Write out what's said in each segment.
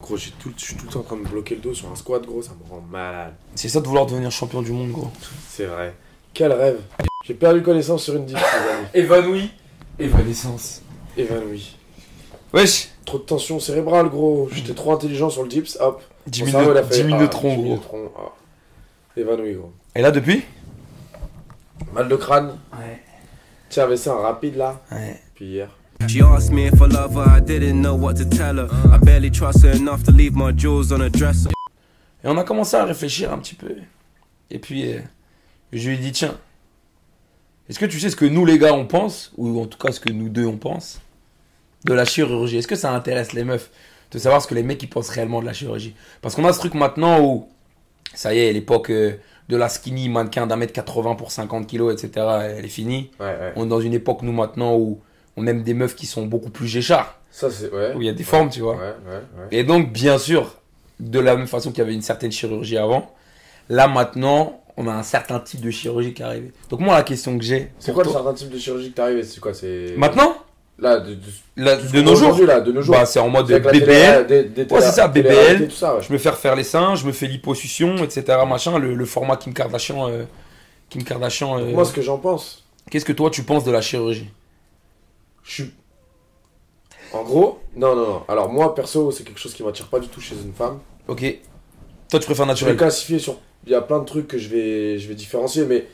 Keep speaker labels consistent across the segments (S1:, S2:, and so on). S1: Gros, j'ai tout- je suis tout le temps en train de me bloquer le dos sur un squat, gros, ça me rend malade.
S2: C'est ça de vouloir devenir champion du monde, gros.
S1: C'est vrai. Quel rêve. J'ai perdu connaissance sur une diff, les amis.
S2: Évanoui. Évanescence.
S1: Évanoui.
S2: Wesh.
S1: Trop de tension cérébrale, gros. J'étais trop intelligent sur le dips, hop.
S2: 10
S1: Mon
S2: 000
S1: cerveau, il
S2: de,
S1: a fait,
S2: 10 000
S1: ah,
S2: de tronc,
S1: 10 000
S2: gros.
S1: de tronc, ah. Évanoui, gros.
S2: Et là, depuis
S1: Mal de crâne.
S2: Ouais.
S1: Tiens, avait ça un rapide là.
S2: Ouais.
S1: Puis hier.
S3: She asked me if I love her, I didn't know what to tell her. I barely trust her enough to leave my jewels on a dresser.
S2: Et on a commencé à réfléchir un petit peu. Et puis, euh, je lui ai dit, tiens, est-ce que tu sais ce que nous, les gars, on pense, ou en tout cas ce que nous deux, on pense, de la chirurgie Est-ce que ça intéresse les meufs de savoir ce que les mecs, ils pensent réellement de la chirurgie Parce qu'on a ce truc maintenant où, ça y est, l'époque euh, de la skinny mannequin d'un mètre 80 pour 50 kilos, etc., elle est finie.
S1: Ouais, ouais.
S2: On est dans une époque, nous, maintenant, où on aime des meufs qui sont beaucoup plus géchards,
S1: Ça, c'est. Ouais.
S2: où il y a des formes, tu vois.
S1: Ouais, ouais, ouais.
S2: Et donc, bien sûr, de la même façon qu'il y avait une certaine chirurgie avant, là maintenant, on a un certain type de chirurgie qui est arrivé. Donc moi, la question que j'ai,
S1: C'est
S2: pour
S1: quoi le
S2: toi-
S1: certain type de chirurgie que t'arrives C'est quoi C'est.
S2: Maintenant,
S1: Là, de, de-
S2: la-
S1: tout ce
S2: de
S1: qu'on
S2: nos
S1: voit
S2: jours,
S1: aujourd'hui, là, de nos jours.
S2: bah, c'est en mode
S1: C'est avec la télé-
S2: BBL.
S1: des- des
S2: Ouais, c'est ça,
S1: télé-
S2: BBL.
S1: télé-réalité, tout ça, ouais.
S2: Je me fais refaire les seins, je me fais liposuction, etc. Machin, le, le format Kim Kardashian. euh, Kim Kardashian. euh,
S1: Moi, ce que j'en pense.
S2: Qu'est-ce que toi tu penses de la chirurgie
S1: Je suis. En gros, non, non, non. Alors, moi, perso, c'est quelque chose qui m'attire pas du tout chez une femme.
S2: Ok. Toi, tu préfères
S1: Je vais
S2: naturel.
S1: classifier sur. Il y a plein de trucs que je vais, je vais différencier, mais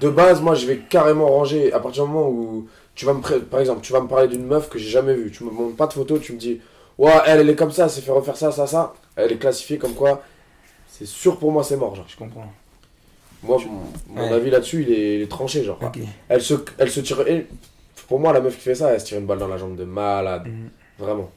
S1: de base, moi, je vais carrément ranger. À partir du moment où tu vas me, pré- par exemple, tu vas me parler d'une meuf que j'ai jamais vue, tu me montres pas de photo, tu me dis, ouais, elle, elle est comme ça, elle s'est fait refaire ça, ça, ça. Elle est classifiée comme quoi, c'est sûr pour moi, c'est mort, genre.
S2: Je comprends.
S1: Moi, mon, mon
S2: Ouais.
S1: avis là-dessus, il est, il est tranché, genre.
S2: Ok.
S1: Elle se, elle se tire. et pour moi, la meuf qui fait ça, elle se tire une balle dans la jambe de malade.
S2: Mhm.
S1: Vraiment.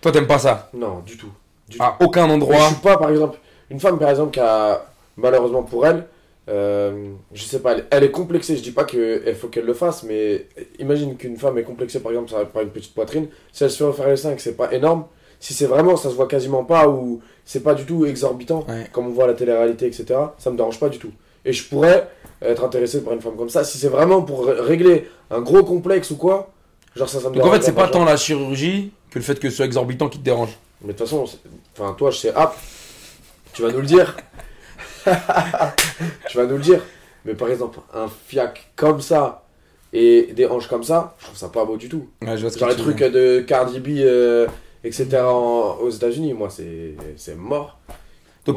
S2: Toi, t'aimes pas ça
S1: Non, du tout. Du tout.
S2: À aucun
S1: Mais Je
S2: endroit.
S1: suis pas, par exemple, une femme, par exemple, qui a, malheureusement pour elle, euh, je sais pas, elle, elle est complexée. Je dis pas qu'il faut qu'elle le fasse, mais imagine qu'une femme est complexée, par exemple, ça- par une petite poitrine. Si elle se fait refaire les seins et que c'est pas énorme, si c'est vraiment, ça se voit quasiment pas ou c'est pas du tout exorbitant,
S2: Ouais.
S1: comme on voit à la télé-réalité, etc., ça me dérange pas du tout. Et je pourrais être intéressé par une femme comme ça. Si c'est vraiment pour ré- régler un gros complexe ou quoi, genre ça, ça me
S2: Donc en
S1: dérange
S2: fait, c'est
S1: pas
S2: pas
S1: genre.
S2: tant la chirurgie que le fait que ce soit exorbitant qui te dérange.
S1: Mais de toute façon, c'est- enfin, toi, je sais, hop, tu vas nous le dire. tu vas nous le dire. Mais par exemple, un fiac comme ça et des hanches comme ça, je trouve ça pas beau du tout.
S2: Ouais, je vois ce que
S1: Genre les
S2: tu veux
S1: trucs
S2: dire.
S1: de Cardi B, euh, etc. en- aux États-Unis, moi, c'est c'est mort.
S2: Donc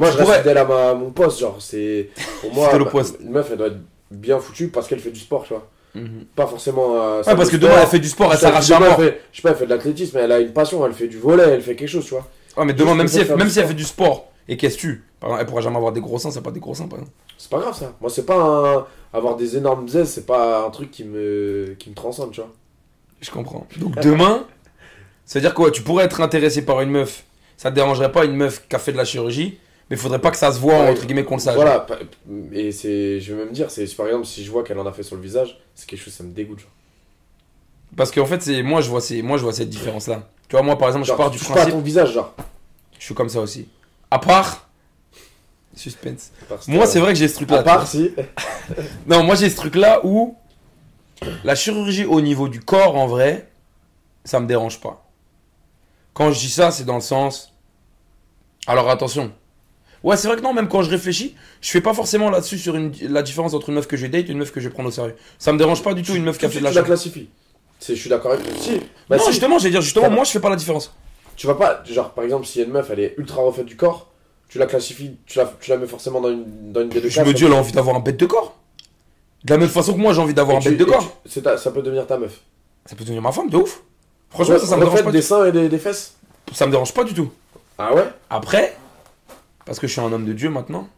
S1: euh, moi,
S2: moi,
S1: je
S2: pourrais.
S1: reste fidèle à ma- mon poste. Genre, c'est. Pour moi,
S2: Fidèle au
S1: ma-
S2: poste.
S1: une meuf, elle doit être bien foutue parce qu'elle fait du sport, tu vois.
S2: Mhm.
S1: Pas forcément. euh,
S2: Ouais, parce que demain, elle fait du sport, elle
S1: Je sais pas,
S2: s'arrache la
S1: elle
S2: mort.
S1: fait- Je sais pas, elle fait de l'athlétisme, elle a une passion, elle fait du volet, elle fait quelque chose, tu vois.
S2: Ouais, mais demain,
S1: Juste
S2: même
S1: pour
S2: si, elle,
S1: faire
S2: même
S1: du
S2: si elle
S1: sport.
S2: fait du sport et qu'elle se tue, par exemple, elle pourra jamais avoir des gros seins, c'est pas des gros seins, par exemple.
S1: C'est pas grave ça. Moi, c'est pas un... avoir des énormes ailes, c'est pas un truc qui me qui me transcende, tu vois.
S2: Je comprends. Donc demain, ça veut dire quoi Tu pourrais être intéressé par une meuf, ça te dérangerait pas une meuf qui a fait de la chirurgie, mais faudrait pas que ça se voit,
S1: Ouais.
S2: entre guillemets, qu'on le sache.
S1: voilà. pa- Et c'est, je vais même dire, c'est par exemple si je vois qu'elle en a fait sur le visage, c'est quelque chose ça me dégoûte. Genre,
S2: Parce qu'en fait, c'est moi, je vois, c'est moi, je vois cette différence-là. Tu vois, moi, par exemple,
S1: Genre,
S2: je pars
S1: tu
S2: du
S1: touches pas à
S2: principe,
S1: ton visage, genre.
S2: je suis comme ça aussi. À part. Suspense.
S1: Parce que-
S2: Moi, c'est vrai que j'ai ce
S1: À
S2: truc-là.
S1: part si.
S2: Non, moi j'ai ce truc là où la chirurgie au niveau du corps en vrai, ça me dérange pas. Quand je dis ça, c'est dans le sens. Alors attention. Ouais, c'est vrai que non, même quand je réfléchis, je fais pas forcément là-dessus sur une- la différence entre une meuf que je date et une meuf que je vais prendre au sérieux. Ça me dérange pas du tout une meuf qui
S1: Tout
S2: a
S1: de
S2: fait
S1: suite,
S2: de la
S1: tu la
S2: chirurgie.
S1: classifies. C'est, je suis d'accord avec Si. Bah,
S2: non,
S1: si.
S2: justement, j'allais dire, justement,
S1: Ça va.
S2: moi je fais pas la différence.
S1: Tu vas pas, genre par exemple, si y a une meuf, elle est ultra refaite du corps, tu la classifies, tu la, tu la mets forcément dans une, dans une des deux
S2: Je
S1: cases,
S2: me
S1: comme-
S2: dis, elle a envie d'avoir un bête de corps. De la même façon que moi j'ai envie d'avoir
S1: et
S2: un
S1: tu-
S2: bête de
S1: et
S2: corps.
S1: tu- c'est ta- ça peut devenir ta meuf.
S2: Ça peut devenir ma femme, de ouf. Franchement, ça, ça me
S1: Refaite
S2: dérange pas.
S1: des seins et des, des fesses.
S2: du- Ça me dérange pas du tout.
S1: Ah ouais.
S2: Après, parce que je suis un homme de Dieu maintenant,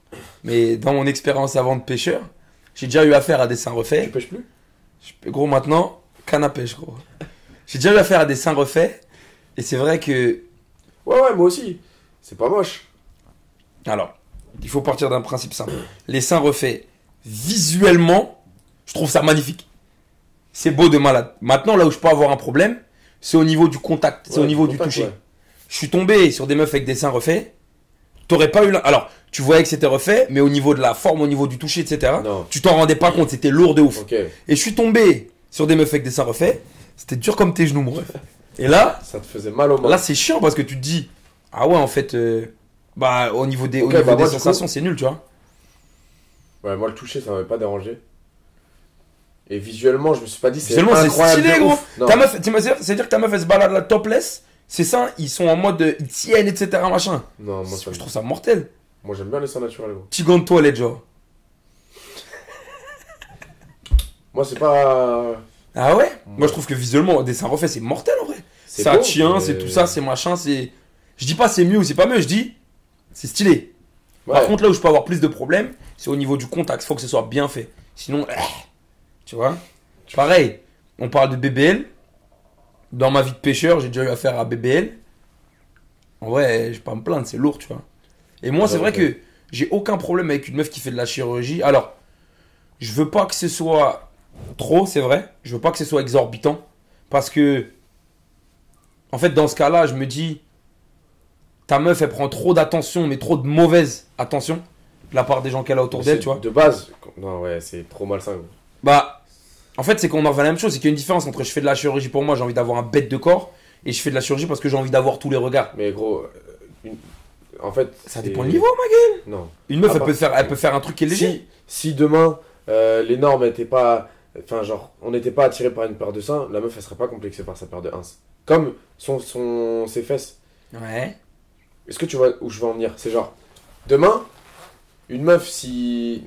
S2: mais dans mon expérience avant de pêcheur, j'ai déjà eu affaire à des seins
S1: Tu
S2: refaits.
S1: pêches plus.
S2: Je- Gros, maintenant, canne à pêche, gros. J'ai déjà eu affaire à des seins refaits, et c'est vrai que.
S1: Ouais, ouais, moi aussi. C'est pas moche.
S2: Alors, il faut partir d'un principe simple. Les seins refaits, visuellement, je trouve ça magnifique. C'est beau de malade. Maintenant, là où je peux avoir un problème, c'est au niveau du contact, c'est
S1: Ouais,
S2: au niveau du
S1: contact,
S2: toucher.
S1: ouais.
S2: je suis tombé sur des meufs avec des seins refaits. T'aurais pas eu. la- Alors, tu voyais que c'était refait, mais au niveau de la forme, au niveau du toucher, etc.
S1: Non.
S2: Tu t'en rendais pas compte, c'était lourd de ouf.
S1: Ok,
S2: Et je suis tombé sur des meufs avec des seins refaits. C'était dur comme tes genoux, mon ref. Et là,
S1: ça te faisait mal au
S2: là
S1: moins.
S2: c'est chiant parce que tu te dis, Ah ouais, en fait, euh, bah, au niveau des, au
S1: Ok,
S2: niveau
S1: bah
S2: des
S1: moi, du
S2: sensations, c'est nul, tu vois.
S1: Ouais, moi le toucher, ça m'avait pas dérangé. Et visuellement, je me suis pas dit, c'est
S2: Seulement, c'est
S1: incroyable
S2: stylé,
S1: de
S2: gros.
S1: ouf. Non.
S2: Ta meuf, tu m'as- c'est-à-dire que ta meuf, elle se balade la topless. C'est ça, ils sont en mode, euh, ils tiennent, etc., machin.
S1: Non, moi, ça me-
S2: je trouve ça mortel.
S1: moi, j'aime bien les seins naturels, gros.
S2: Petit gant de toilette, genre.
S1: Moi, c'est pas.
S2: Ah ouais Moi je trouve que visuellement, un dessin refait, c'est mortel en vrai.
S1: C'est
S2: Ça
S1: beau,
S2: tient,
S1: mais-
S2: c'est tout ça, c'est machin, c'est. Je dis pas c'est mieux ou c'est pas mieux, je dis c'est stylé.
S1: Ouais.
S2: Par contre, là où je peux avoir plus de problèmes, c'est au niveau du contact. Faut que ce soit bien fait. Sinon, eh, tu vois Pareil, on parle de BBL. Dans ma vie de pêcheur, j'ai déjà eu affaire à BBL. En vrai, eh, je vais pas me plaindre, c'est lourd, tu vois. Et moi, c'est
S1: Ouais,
S2: vrai
S1: ouais.
S2: que j'ai aucun problème avec une meuf qui fait de la chirurgie. Alors, je veux pas que ce soit trop, c'est vrai. Je veux pas que ce soit exorbitant. Parce que, en fait, dans ce cas-là, je me dis, ta meuf, elle prend trop d'attention, mais trop de mauvaise attention de la part des gens qu'elle a autour
S1: C'est
S2: d'elle, tu vois.
S1: De base. Non, ouais, c'est trop malsain, gros.
S2: Bah, en fait, c'est qu'on en revient à la même chose. C'est qu'il y a une différence entre je fais de la chirurgie pour moi, j'ai envie d'avoir un bête de corps, et je fais de la chirurgie parce que j'ai envie d'avoir tous les regards.
S1: Mais gros, euh, une- en fait.
S2: Ça
S1: c'est-
S2: dépend du niveau, ma gueule.
S1: Non.
S2: Une meuf,
S1: Ah
S2: elle,
S1: bah.
S2: peut faire, elle peut faire un truc qui est léger.
S1: Si, si demain, euh, les normes étaient pas. Enfin, genre, on n'était pas attiré par une paire de seins, la meuf, elle serait pas complexée par sa paire de ins. Comme son, son, ses fesses.
S2: Ouais.
S1: Est-ce que tu vois où je veux en venir C'est genre, demain, une meuf, si.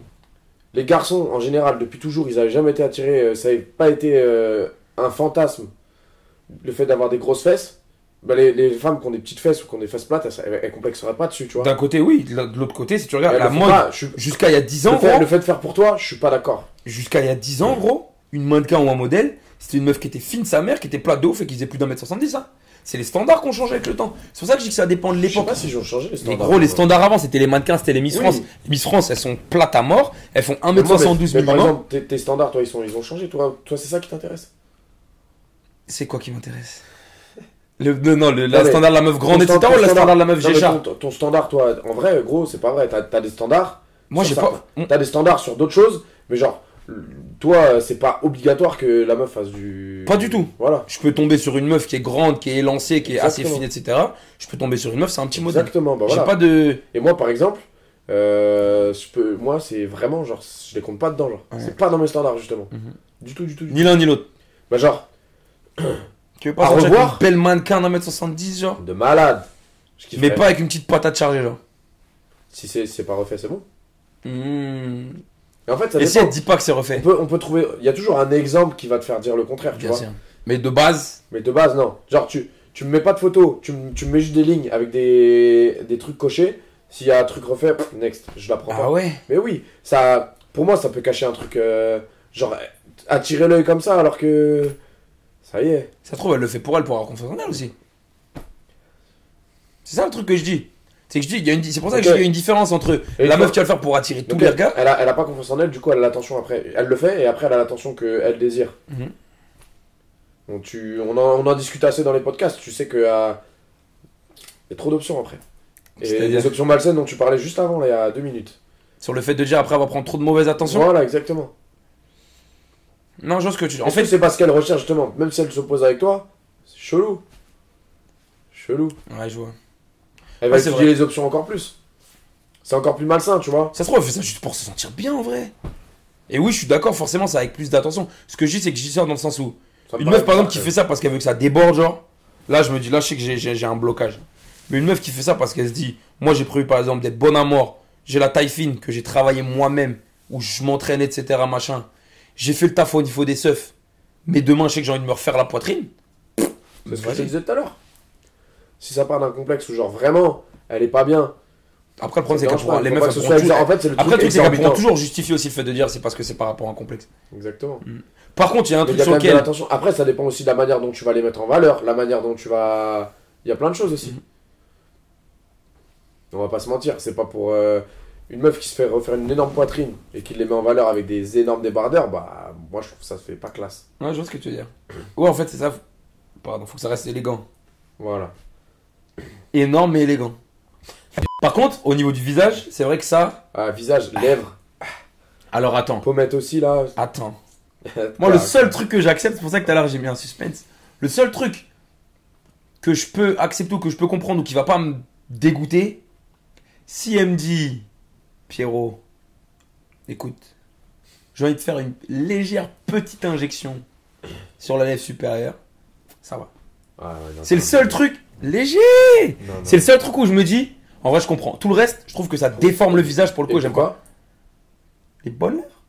S1: Les garçons, en général, depuis toujours, ils n'avaient jamais été attirés, euh, ça n'avait pas été euh, un fantasme, le fait d'avoir des grosses fesses. Bah, les, les femmes qui ont des petites fesses ou qui ont des fesses plates, elles, seraient- elles complexeraient pas dessus, tu vois.
S2: D'un côté, oui. De l'autre de l'autre côté, si tu regardes
S1: Elles
S2: la
S1: le font
S2: mode,
S1: pas, je suis-
S2: jusqu'à il y a 10 ans,
S1: le, fait,
S2: gros,
S1: le fait de faire pour toi, je suis pas d'accord.
S2: jusqu'à il y a 10 ans, gros, une mannequin ou un modèle, c'était une meuf qui était fine sa mère, qui était plate de ouf et qui faisait plus d'un mètre 70, hein. C'est les standards qu'on change avec le temps. C'est pour ça que je dis que ça dépend de
S1: Je sais
S2: l'époque.
S1: pas si ont changé les
S2: Les
S1: standards.
S2: gros, les standards avant, c'était les mannequins, c'était les Miss
S1: Oui.
S2: France. Les Miss France, elles sont plates à mort, elles font
S1: Mais moi, mais-
S2: 1m72
S1: mais Par
S2: minimum.
S1: exemple, tes, tes standards, toi, ils, sont, ils ont changé. Toi, toi c'est ça qui t'intéresse
S2: C'est quoi qui m'intéresse le, le- Non, le la
S1: mais-
S2: standard de la meuf grande,
S1: Ton
S2: etc.
S1: stand- ton
S2: ou la standard de la meuf
S1: Non, mais
S2: Géchard
S1: ton, ton standard, toi, en vrai, gros, c'est pas vrai. T'as t'as des standards.
S2: Moi,
S1: sur
S2: j'ai
S1: certains-
S2: pas. Mm.
S1: T'as des standards sur d'autres choses, mais genre, l- toi, c'est pas obligatoire que la meuf fasse du.
S2: Pas du tout.
S1: Voilà.
S2: Je peux tomber sur une meuf qui est grande, qui est élancée, qui est assez fine,
S1: Exactement.
S2: etc. Je peux tomber sur une meuf, c'est un petit modèle.
S1: Exactement. Bah,
S2: J'ai
S1: voilà.
S2: pas de.
S1: Et moi, par exemple, euh, je peux, moi, c'est vraiment genre, je les compte pas dedans, genre.
S2: Ouais.
S1: C'est pas dans mes standards, justement.
S2: Mhm.
S1: Du tout, du tout. Du tout.
S2: Ni l'un ni l'autre.
S1: Bah, genre,
S2: Tu veux pas
S1: À
S2: sortir avec
S1: revoir
S2: une belle mannequin d'un mètre 70, genre
S1: de malade. Je kifferais.
S2: Mais pas avec une petite patate chargée, genre.
S1: Si c'est c'est pas refait, c'est bon.
S2: Mm.
S1: Et en fait, Hmm. ça
S2: Et si elle
S1: dépend.
S2: te dit pas que c'est
S1: On
S2: refait
S1: peut, on peut trouver. Il y a toujours un exemple qui va te faire dire le contraire, tu
S2: Bien
S1: vois.
S2: sûr. Mais de base,
S1: Mais de base, non. Genre, tu, tu me mets pas de photos, tu, me- tu me mets juste des lignes avec des, des trucs cochés. S'il y a un truc refait, pff, next, je la prends pas.
S2: ah ouais
S1: Mais oui, ça. Pour moi, ça peut cacher un truc. euh, genre, attirer l'œil comme ça alors que. Ça y est.
S2: Ça se trouve, elle le fait pour elle, pour avoir confiance en elle aussi. C'est ça le truc que je dis. C'est que je dis, il y a une, di- c'est pour ça que je
S1: Ok.
S2: dis, il y a une différence entre
S1: Et
S2: la
S1: toi-
S2: meuf qui va le faire pour attirer tous
S1: Donc,
S2: les
S1: elle-
S2: gars.
S1: Elle a, elle a pas confiance en elle, du coup, elle a l'attention après. Elle le fait et après, elle a l'attention qu'elle désire.
S2: Mhm.
S1: Donc, tu, on, en, on en discute assez dans les podcasts. Tu sais que. euh, Il y a trop d'options après. Et
S2: C'est-à-dire
S1: les options malsaines dont tu parlais juste avant, là, il y a deux minutes.
S2: Sur le fait de dire après avoir prendre trop de mauvaises attentions.
S1: Voilà, exactement.
S2: Non, je vois ce que tu dis. En
S1: En fait,
S2: fait,
S1: c'est parce qu'elle recherche justement. Même si elle s'oppose avec toi, c'est chelou. Chelou.
S2: ouais, je vois.
S1: Elle va
S2: Ouais, c'est
S1: étudier
S2: vrai.
S1: les options encore plus. C'est encore plus malsain, tu vois.
S2: Ça se trouve, elle fait ça juste pour se sentir bien en vrai. Et oui, je suis d'accord, forcément, c'est avec plus d'attention. Ce que je dis, c'est que je dis ça dans le sens où
S1: Ça euh. me
S2: Une meuf
S1: paraît
S2: par exemple
S1: bizarre,
S2: qui
S1: quand
S2: fait ça parce qu'elle veut que ça déborde, genre, là je me dis, là je sais que j'ai- j'ai j'ai un blocage. Mais une meuf qui fait ça parce qu'elle se dit, moi j'ai prévu par exemple d'être bonne à mort, j'ai la taille fine que j'ai travaillé moi-même, où je m'entraîne, etc. machin. J'ai fait le taf au niveau des seufs, mais demain je sais que j'ai envie de me refaire la poitrine.
S1: C'est ce que je te
S2: Vas-y.
S1: disais tout à l'heure. Si ça part d'un complexe où genre vraiment, elle est pas bien.
S2: Après le problème c'est
S1: ça
S2: qu'elle
S1: dérange pas,
S2: pourra- les
S1: faut
S2: meufs
S1: pas
S2: elles
S1: que ce
S2: pourront
S1: soit bizarre.
S2: toujours-
S1: En fait, c'est le
S2: Après le truc c'est qu'elles pourront
S1: exorbitant.
S2: toujours justifier aussi le fait de dire c'est parce que c'est par rapport à un complexe.
S1: Exactement.
S2: Par contre il y a un
S1: Mais il
S2: truc
S1: y a quand
S2: sur
S1: même de
S2: lequel
S1: l'attention. Après, ça dépend aussi de la manière dont tu vas les mettre en valeur, la manière dont tu vas. Il y a plein de choses aussi.
S2: Mhm.
S1: On va pas se mentir, c'est pas pour euh, une meuf qui se fait refaire une énorme poitrine et qui les met en valeur avec des énormes débardeurs, bah moi je trouve que ça se fait pas classe.
S2: Ouais, je vois ce que tu veux dire. Ouais en fait c'est ça. Faut- Pardon, faut que ça reste élégant.
S1: Voilà.
S2: énorme et élégant. Par contre, au niveau du visage, c'est vrai que ça.
S1: Ah, visage, lèvres,
S2: Alors attends, Bah,
S1: pommettes aussi là. Ah,
S2: attends. Moi, le seul truc que j'accepte, c'est pour ça que tout à l'heure j'ai mis un suspense. Le seul truc que je peux accepter ou que je peux comprendre ou qui va pas me dégoûté. Si elle me dit, Pierrot, écoute, j'ai envie de faire une légère petite injection sur la lèvre supérieure, ça va.
S1: ah,
S2: C'est le seul truc léger. C'est le seul truc où je me dis, en vrai, je comprends. Tout le reste, je trouve que ça déforme le visage pour le coup. J'aime pas. Les bonnes lèvres.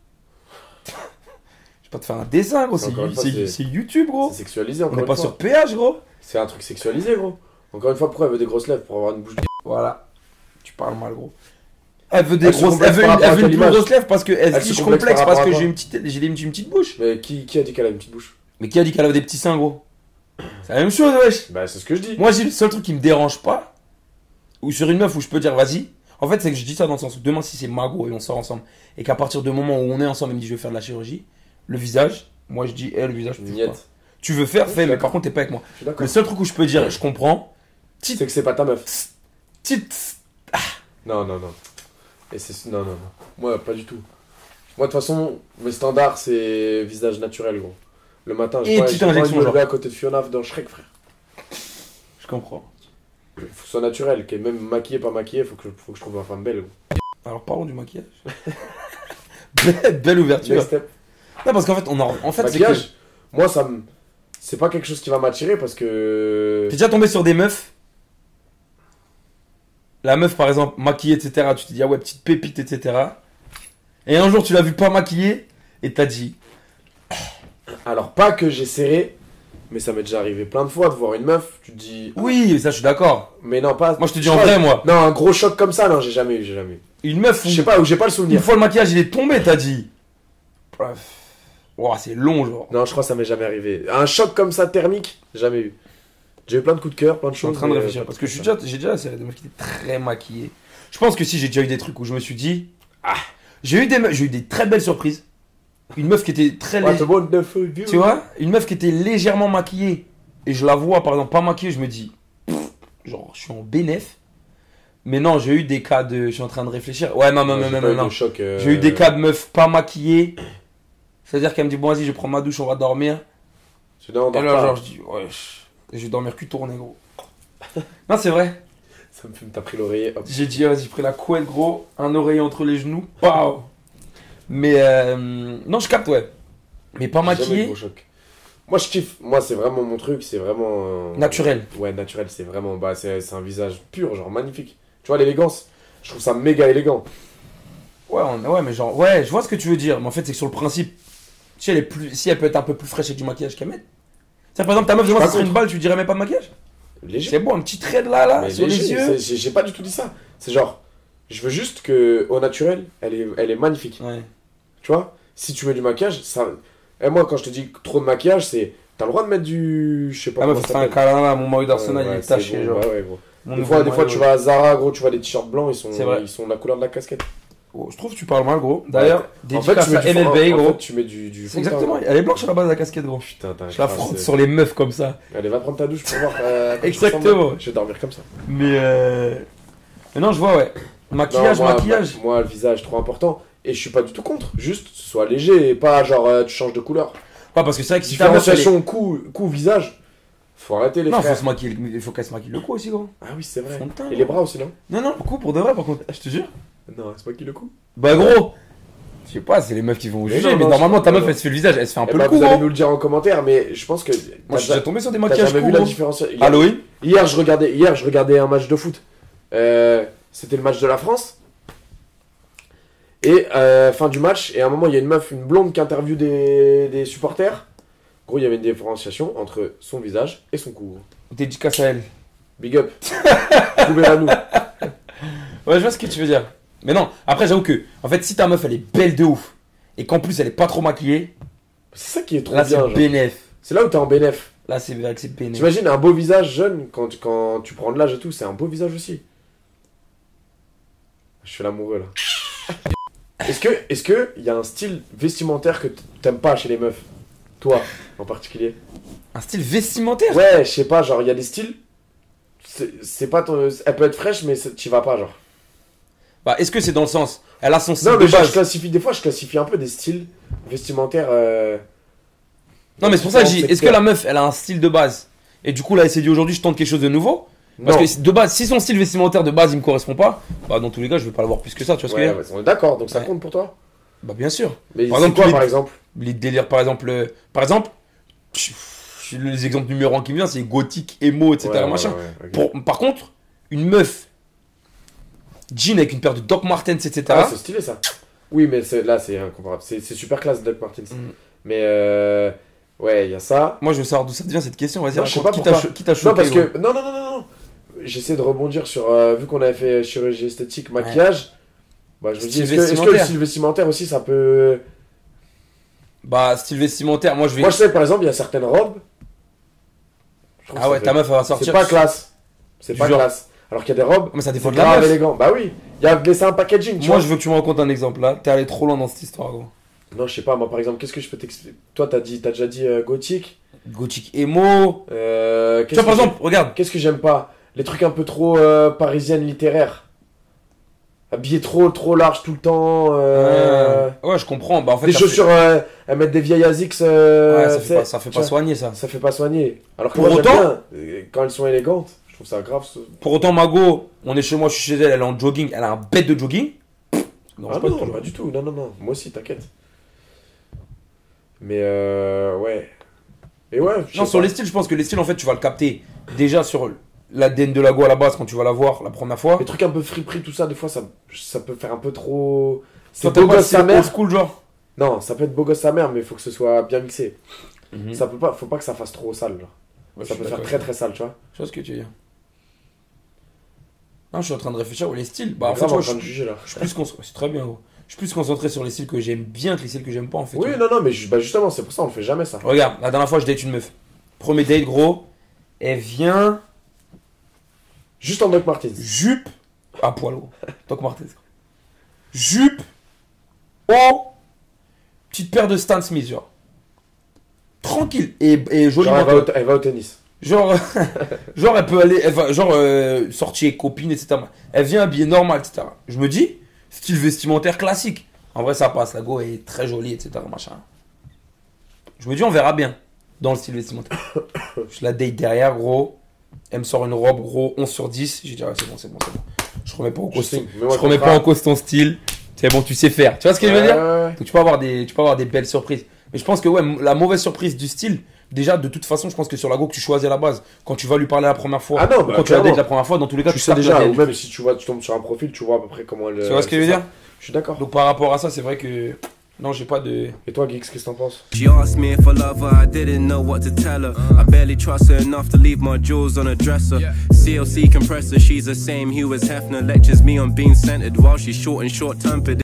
S2: je vais pas te faire un dessin, gros. C'est
S1: Encore une fois,
S2: c'est-
S1: c'est-
S2: c'est YouTube, gros.
S1: C'est sexualisé
S2: On
S1: encore
S2: n'est
S1: une
S2: pas
S1: fois.
S2: sur péage, gros.
S1: C'est un truc sexualisé, gros. Encore une fois, pourquoi elle veut des grosses lèvres pour avoir une bouche de.
S2: Voilà. Tu parles mal, gros. Elle veut des
S1: Elle se
S2: grosses, elle
S1: complexe
S2: veut
S1: par
S2: une,
S1: rapport
S2: elle
S1: à
S2: veut une
S1: quelle
S2: plus
S1: image
S2: grosse lèvre parce que elle,
S1: Elle
S2: se
S1: se
S2: dit je
S1: complexe
S2: complexe
S1: par
S2: parce
S1: rapport
S2: que
S1: à
S2: j'ai
S1: quoi
S2: une petite, j'ai une, une petite bouche.
S1: Mais qui, qui a dit qu'elle a une petite bouche
S2: Mais qui a dit qu'elle avait des petits seins, gros C'est la même chose, wesh.
S1: Bah, c'est ce que je dis.
S2: Moi, j'ai le seul truc qui me dérange pas, ou sur une meuf où je peux dire vas-y. En fait, c'est que je dis ça dans le sens où demain, si c'est mago et on sort ensemble, et qu'à partir du moment où on est ensemble, elle me dit je vais faire de la chirurgie, le visage, moi je dis, eh, le visage, tu veux pas.
S1: Niette.
S2: Tu veux
S1: Ouais,
S2: faire, fais,
S1: je suis
S2: mais par
S1: d'accord.
S2: contre, t'es pas avec moi.
S1: Je suis d'accord.
S2: Le seul truc où je peux dire, je comprends,
S1: C'est que c'est pas ta meuf.
S2: petite.
S1: Non, non, non. Et c'est. Non, non, non. Moi, pas du tout. Moi, de toute façon, mes standards, c'est visage naturel, gros. Le matin,
S2: Et
S1: j'ai pas,
S2: petite
S1: j'ai pas envie de
S2: injection,
S1: me
S2: genre.
S1: lever à côté de Fiona dans Shrek, frère.
S2: Je comprends.
S1: Faut que ce soit naturel, qu'elle même maquillée, pas maquillée, faut que, faut que je trouve ma femme belle, gros.
S2: Alors parlons du maquillage. belle, belle ouverture.
S1: Next step.
S2: Non, parce qu'en fait, on en, en fait, c'est que.
S1: Maquillage, moi, ça me. C'est pas quelque chose qui va m'attirer parce que.
S2: T'es déjà tombé sur des meufs La meuf, par exemple, maquillée, etc. Tu te dis, ah ouais, petite pépite, etc. Et un jour, tu l'as vue pas maquillée et t'as dit,
S1: Alors, pas que j'ai serré, mais ça m'est déjà arrivé plein de fois de voir une meuf, tu te dis.
S2: oui, ça, je suis d'accord.
S1: Mais non, pas.
S2: Moi, je te dis en
S1: crois-
S2: vrai, moi.
S1: Non, un gros choc comme ça, non, j'ai jamais eu, j'ai jamais eu.
S2: Une meuf, où
S1: Je sais pas, ou j'ai pas le
S2: une
S1: souvenir.
S2: fois le maquillage, il est tombé, t'as dit, Paf. Ouah, c'est long, genre.
S1: Non, je crois que ça m'est jamais arrivé. Un choc comme ça thermique, jamais eu. J'ai eu plein de coups de cœur, plein de
S2: Je suis en
S1: choses.
S2: train de
S1: mais- euh,
S2: réfléchir parce que je suis déjà- j'ai déjà essayé des meufs qui étaient très maquillées. Je pense que si j'ai déjà eu des trucs où je me suis dit, ah, j'ai eu des meufs- j'ai eu des très belles surprises. Une meuf qui était très
S1: What
S2: légère.
S1: a wonderful view.
S2: Tu vois, une meuf qui était légèrement maquillée et je la vois par exemple pas maquillée, je me dis, pff, genre, je suis en bénéf. Mais non, j'ai eu des cas de. Je suis en train de réfléchir. Ouais, non, non,
S1: J'ai
S2: non, non,
S1: pas
S2: non.
S1: eu
S2: non.
S1: de choc, euh,
S2: J'ai eu des cas de meufs pas maquillées. C'est-à-dire qu'elle me dit, bon, vas-y, je prends ma douche, on va dormir.
S1: C'est- non, on
S2: Et
S1: dort
S2: là,
S1: pas.
S2: genre, je dis, ouais, je je vais dormir cul tourné, gros. Non, c'est vrai.
S1: Ça me fume, t'as pris l'oreiller. hop.
S2: J'ai dit, vas-y, j'ai pris la couette, gros, un oreiller entre les genoux, pow. Mais euh, non, je capte, ouais. Mais pas
S1: J'ai jamais eu de
S2: maquillée,
S1: gros choc. Moi, je kiffe. Moi, c'est vraiment mon truc, c'est vraiment. euh,
S2: naturelle.
S1: Ouais, naturel, c'est vraiment. Bah, c'est c'est un visage pur, genre magnifique. Tu vois, l'élégance, je trouve ça méga élégant.
S2: Ouais, on- ouais, mais genre, ouais, je vois ce que tu veux dire, mais en fait, c'est que sur le principe, tu sais, elle est plus, si elle peut être un peu plus fraîche avec du maquillage qu'elle met. Ça, par exemple, ta meuf demain,
S1: Pas
S2: ça serait une
S1: contre.
S2: balle, tu lui dirais même pas de maquillage.
S1: Léger.
S2: C'est bon, un petit trait de là, là,
S1: Mais
S2: Ah, sur les
S1: léger,
S2: yeux.
S1: c'est- J'ai j'ai pas du tout dit ça. C'est genre, je veux juste que, au naturel, elle est, elle est magnifique.
S2: Ouais.
S1: Tu vois Si tu mets du maquillage, ça. Et moi, quand je te dis trop de maquillage, c'est. T'as le droit de mettre du. Je sais pas
S2: Ah, meuf,
S1: comment
S2: faut
S1: ça
S2: se faire un
S1: s'appelle.
S2: câlin là, mon maillot d'Arsenal,
S1: Ouais,
S2: il
S1: ouais,
S2: est
S1: c'est
S2: taché,
S1: bon,
S2: genre.
S1: bah ouais, gros.
S2: Mon
S1: Des
S2: nouveau
S1: fois, des fois
S2: maillot,
S1: tu
S2: ouais.
S1: vas à Zara, gros, tu vois des t-shirts blancs, ils sont,
S2: C'est vrai.
S1: ils sont de la couleur de la casquette.
S2: Oh, je trouve que tu parles mal, gros. D'ailleurs,
S1: En fait,
S2: dédicace
S1: tu mets
S2: à
S1: du fond-
S2: MLBA,
S1: en- en fait,
S2: gros.
S1: tu mets du, du fond de teint,
S2: Exactement,
S1: gros.
S2: elle est blanche à la base de la casquette, gros.
S1: Putain, t'as
S2: Je la
S1: crasse,
S2: frotte
S1: euh,
S2: sur les meufs comme ça.
S1: Allez, va prendre ta douche pour voir. euh, à quoi tu
S2: Exactement.
S1: ressembles. Je vais dormir comme ça.
S2: Mais euh. Mais non, je vois, ouais. Maquillage,
S1: Non, moi, bah,
S2: maquillage.
S1: ma- Moi, le visage, trop important. Et je suis pas du tout contre. Juste, ce soit léger et pas genre euh, tu changes de couleur.
S2: Ouais, parce que c'est vrai que si ta meuf. elle est-
S1: Différenciation cou, cou, visage. Faut arrêter les
S2: Non, faut
S1: frères.
S2: se maquiller, il faut qu'elle se maquille le cou aussi, gros.
S1: Ah oui, c'est vrai.
S2: Fond de teint, hein.
S1: Et les
S2: non
S1: bras aussi, non
S2: Non, non, pour coup, pour de vrai, par contre,
S1: Ah,
S2: je te jure.
S1: Non, c'est pas qui le coup.
S2: Bah, gros, je sais pas, c'est les meufs qui vont
S1: Mais
S2: juger,
S1: non,
S2: mais
S1: non,
S2: normalement,
S1: je-
S2: ta
S1: non,
S2: meuf,
S1: non.
S2: elle se fait le visage, elle se fait un
S1: Eh
S2: peu
S1: ben,
S2: le coup.
S1: vous allez
S2: gros.
S1: nous le dire en commentaire, mais je pense que.
S2: Moi, je suis déjà tombé sur des
S1: T'as
S2: maquillages
S1: jamais
S2: courts.
S1: vu la
S2: gros.
S1: différence Hier-
S2: Halloween
S1: Hier, je regardais, hier, je regardais un match de foot. Euh, C'était le match de la France. Et euh, fin du match, et à un moment, il y a une meuf, une blonde qui interviewe des, des supporters. En gros, il y avait une différenciation entre son visage et son cou.
S2: Dédicace à elle.
S1: Big up. Trouvez-la nous.
S2: Ouais, je vois ce que tu veux dire. Mais non, après, j'avoue que, en fait, si ta meuf, elle est belle de ouf, et qu'en plus, elle est pas trop maquillée,
S1: C'est ça qui est trop
S2: là, c'est
S1: bien. genre.
S2: bénéf.
S1: C'est là où t'es en bénéf.
S2: Là, c'est vrai que c'est bénéf.
S1: T'imagines un beau visage jeune quand, tu- quand tu prends de l'âge et tout, c'est un beau visage aussi. Je suis l'amoureux là. Est-ce que est-ce que y a un style vestimentaire que t- t'aimes pas chez les meufs Toi en particulier
S2: Un style vestimentaire
S1: Ouais, je sais pas, genre il y a des styles c'est c'est pas ton elle peut être fraîche mais c'est- t'y vas pas genre.
S2: Bah, est-ce que c'est dans le sens Elle a son style
S1: Non,
S2: de
S1: mais genre, je
S2: base.
S1: classifie des fois, je classifie un peu des styles vestimentaires euh,
S2: Non, mais c'est pour ça que je dis,
S1: différents
S2: est-ce que
S1: secteurs.
S2: la meuf, elle a un style de base Et du coup, là, elle s'est dit aujourd'hui, je tente quelque chose de nouveau Parce
S1: Non.
S2: que de base, si son style vestimentaire de base il me correspond pas, bah dans tous les cas je vais pas l'avoir plus que ça, tu vois ce que je
S1: Ouais,
S2: veux dire
S1: ouais, on est d'accord, donc ça
S2: Ouais.
S1: compte pour toi.
S2: Bah bien sûr.
S1: Mais
S2: Par
S1: c'est
S2: exemple,
S1: quoi,
S2: les-
S1: par exemple
S2: Les délires par exemple, euh, par exemple, je- je- les exemples numéro 1 qui me vient c'est gothique, emo, etc.
S1: Ouais, ouais,
S2: machin.
S1: ouais, ok.
S2: Pour- par contre, une meuf, jean avec une paire de Doc Martens, etc.
S1: Ah, c'est stylé ça. Oui, mais c'est- là, c'est incomparable. C'est c'est super classe, Doc Martins.
S2: Mm.
S1: Mais euh, ouais, il y a ça.
S2: Moi je veux savoir d'où ça devient cette question, vas-y,
S1: Non, je sais
S2: raconte,
S1: pas
S2: qui t'a
S1: pourquoi.
S2: cho- qui t'a choqué
S1: Non, parce
S2: gros
S1: que. Non, non, non, non, non. J'essaie de rebondir sur. euh, vu qu'on avait fait chirurgie esthétique, maquillage. Bah, je me dis,
S2: Style
S1: est-ce que, est-ce que le
S2: vestimentaire.
S1: style vestimentaire aussi, ça peut.
S2: Bah style vestimentaire, moi je vais...
S1: Moi, je sais, par exemple, il y a certaines robes. Je trouve que
S2: ah
S1: ça
S2: ouais,
S1: fait-
S2: ta meuf elle va sortir...
S1: C'est pas classe. C'est
S2: Du
S1: pas
S2: genre.
S1: classe. Alors qu'il y a des robes.
S2: Mais ça dépend
S1: C'est
S2: de la
S1: grave
S2: meuf.
S1: élégant. Bah oui. Il y a, mais c'est un packaging, tu
S2: Moi
S1: vois.
S2: je veux que tu me racontes un exemple là, t'es allé trop loin dans cette histoire gros.
S1: Non, je sais pas, moi, par exemple, qu'est-ce que je peux t'expliquer Toi, t'as dit- t'as déjà dit euh, gothique.
S2: Gothique emo...
S1: Euh,
S2: Tu
S1: qu'est-ce
S2: vois par
S1: que-
S2: exemple, regarde,
S1: Qu'est-ce que j'aime pas Les trucs un peu trop euh, parisiennes littéraires. Habillées trop trop large tout le temps. euh,
S2: Euh, Ouais, je comprends. Bah, en fait,
S1: des
S2: ça
S1: chaussures euh, à mettre des vieilles Asics. euh,
S2: fait- ouais, ça
S1: tu
S2: fait
S1: sais,
S2: pas, ça fait
S1: tu
S2: pas
S1: vois,
S2: soigner ça.
S1: ça fait pas soigner. Alors que
S2: Pour
S1: moi, j'aime
S2: autant-
S1: bien, euh, quand elles sont élégantes, je trouve ça grave. ce-
S2: Pour autant, Mago, on est chez moi, je suis chez elle, elle est en jogging, elle a un bête de jogging.
S1: Ah
S2: Non, c'est
S1: non,
S2: pas tout,
S1: pas du tout. Non, non, non. Moi aussi, t'inquiète. Mais euh, ouais. Et ouais. je sais
S2: Non, sur
S1: pas.
S2: les styles, je pense que les styles, en fait, tu vas le capter déjà sur l'ADN de Lago à la base quand tu vas la voir la première fois.
S1: Les trucs un peu friperie, tout ça, des fois, ça, ça peut faire un peu trop. C'est
S2: Toi, t'as
S1: beau
S2: pas le
S1: gosse
S2: style
S1: sa
S2: old
S1: mère.
S2: school, genre.
S1: Non, ça peut être beau gosse sa mère, mais il faut que ce soit bien mixé.
S2: Mhm.
S1: Ça peut pas, faut pas que ça fasse trop sale. genre.
S2: Ouais,
S1: ça
S2: je
S1: peut
S2: suis
S1: faire
S2: d'accord.
S1: très très sale, tu vois.
S2: Je vois ce que tu veux dire. Non, je suis en train de réfléchir aux les styles. Bah,
S1: Bah,
S2: en fait,
S1: en
S2: moi, je
S1: train de juger là.
S2: je suis plus concentré. C'est très bien, gros. Je suis plus concentré sur les styles que j'aime bien que les styles que j'aime pas, en fait.
S1: Oui,
S2: tu vois.
S1: non, non, mais ju- bah, justement, c'est pour ça, on le fait jamais ça.
S2: Regarde, la dernière fois, je date une meuf. Premier date, gros. Elle vient.
S1: Juste en Doc Martens.
S2: jupe à poil gros. Doc Martens. Jupe, haut, petite paire de Stan Smith, genre. Tranquille et, et joli
S1: Genre, elle va,
S2: manteau.
S1: au, elle va au tennis.
S2: Genre, genre, elle peut aller, elle va, genre, euh, sortie avec copine, etc. Elle vient habillée normale, etc. Je me dis, style vestimentaire classique. En vrai, ça passe, la go est très jolie, etc. Machin. Je me dis, on verra bien dans le style vestimentaire. je la date derrière, gros. Elle me sort une robe, gros, 11 sur 10. Je dis, ah, c'est bon, c'est bon, c'est bon. Je remets pas en
S1: Je
S2: cause,
S1: sais,
S2: ton,
S1: mais moi,
S2: je remets
S1: comprends.
S2: pas en cause ton style. C'est bon, tu sais faire. Tu vois ce que je veux dire
S1: Ouais, ouais, ouais.
S2: donc tu peux avoir des, tu peux avoir des belles surprises. Mais je pense que ouais, m- la mauvaise surprise du style, déjà de toute façon, je pense que sur la go que tu choisis à la base, quand tu vas lui parler la première fois,
S1: Ah non,
S2: ou
S1: bah,
S2: quand tu la
S1: clairement.
S2: dates la première fois, dans tous les cas,
S1: Tu
S2: tu,
S1: sais
S2: sais
S1: déjà, ou même si tu vois, tu tombes sur un profil, tu vois à peu près comment elle.
S2: Tu vois ce que je veux
S1: c'est
S2: dire
S1: ça. Je suis d'accord.
S2: Donc par rapport à ça, c'est vrai que non, j'ai pas de.
S1: Et toi, Geeks, qu'est-ce que t'en penses
S3: She asked me if I love her, I didn't know what to tell her. I barely trust her enough to leave my jewels on a dresser. CLC compressor, she's the same hue as Hefner. Lectures me on being centered while she's short and short tempered.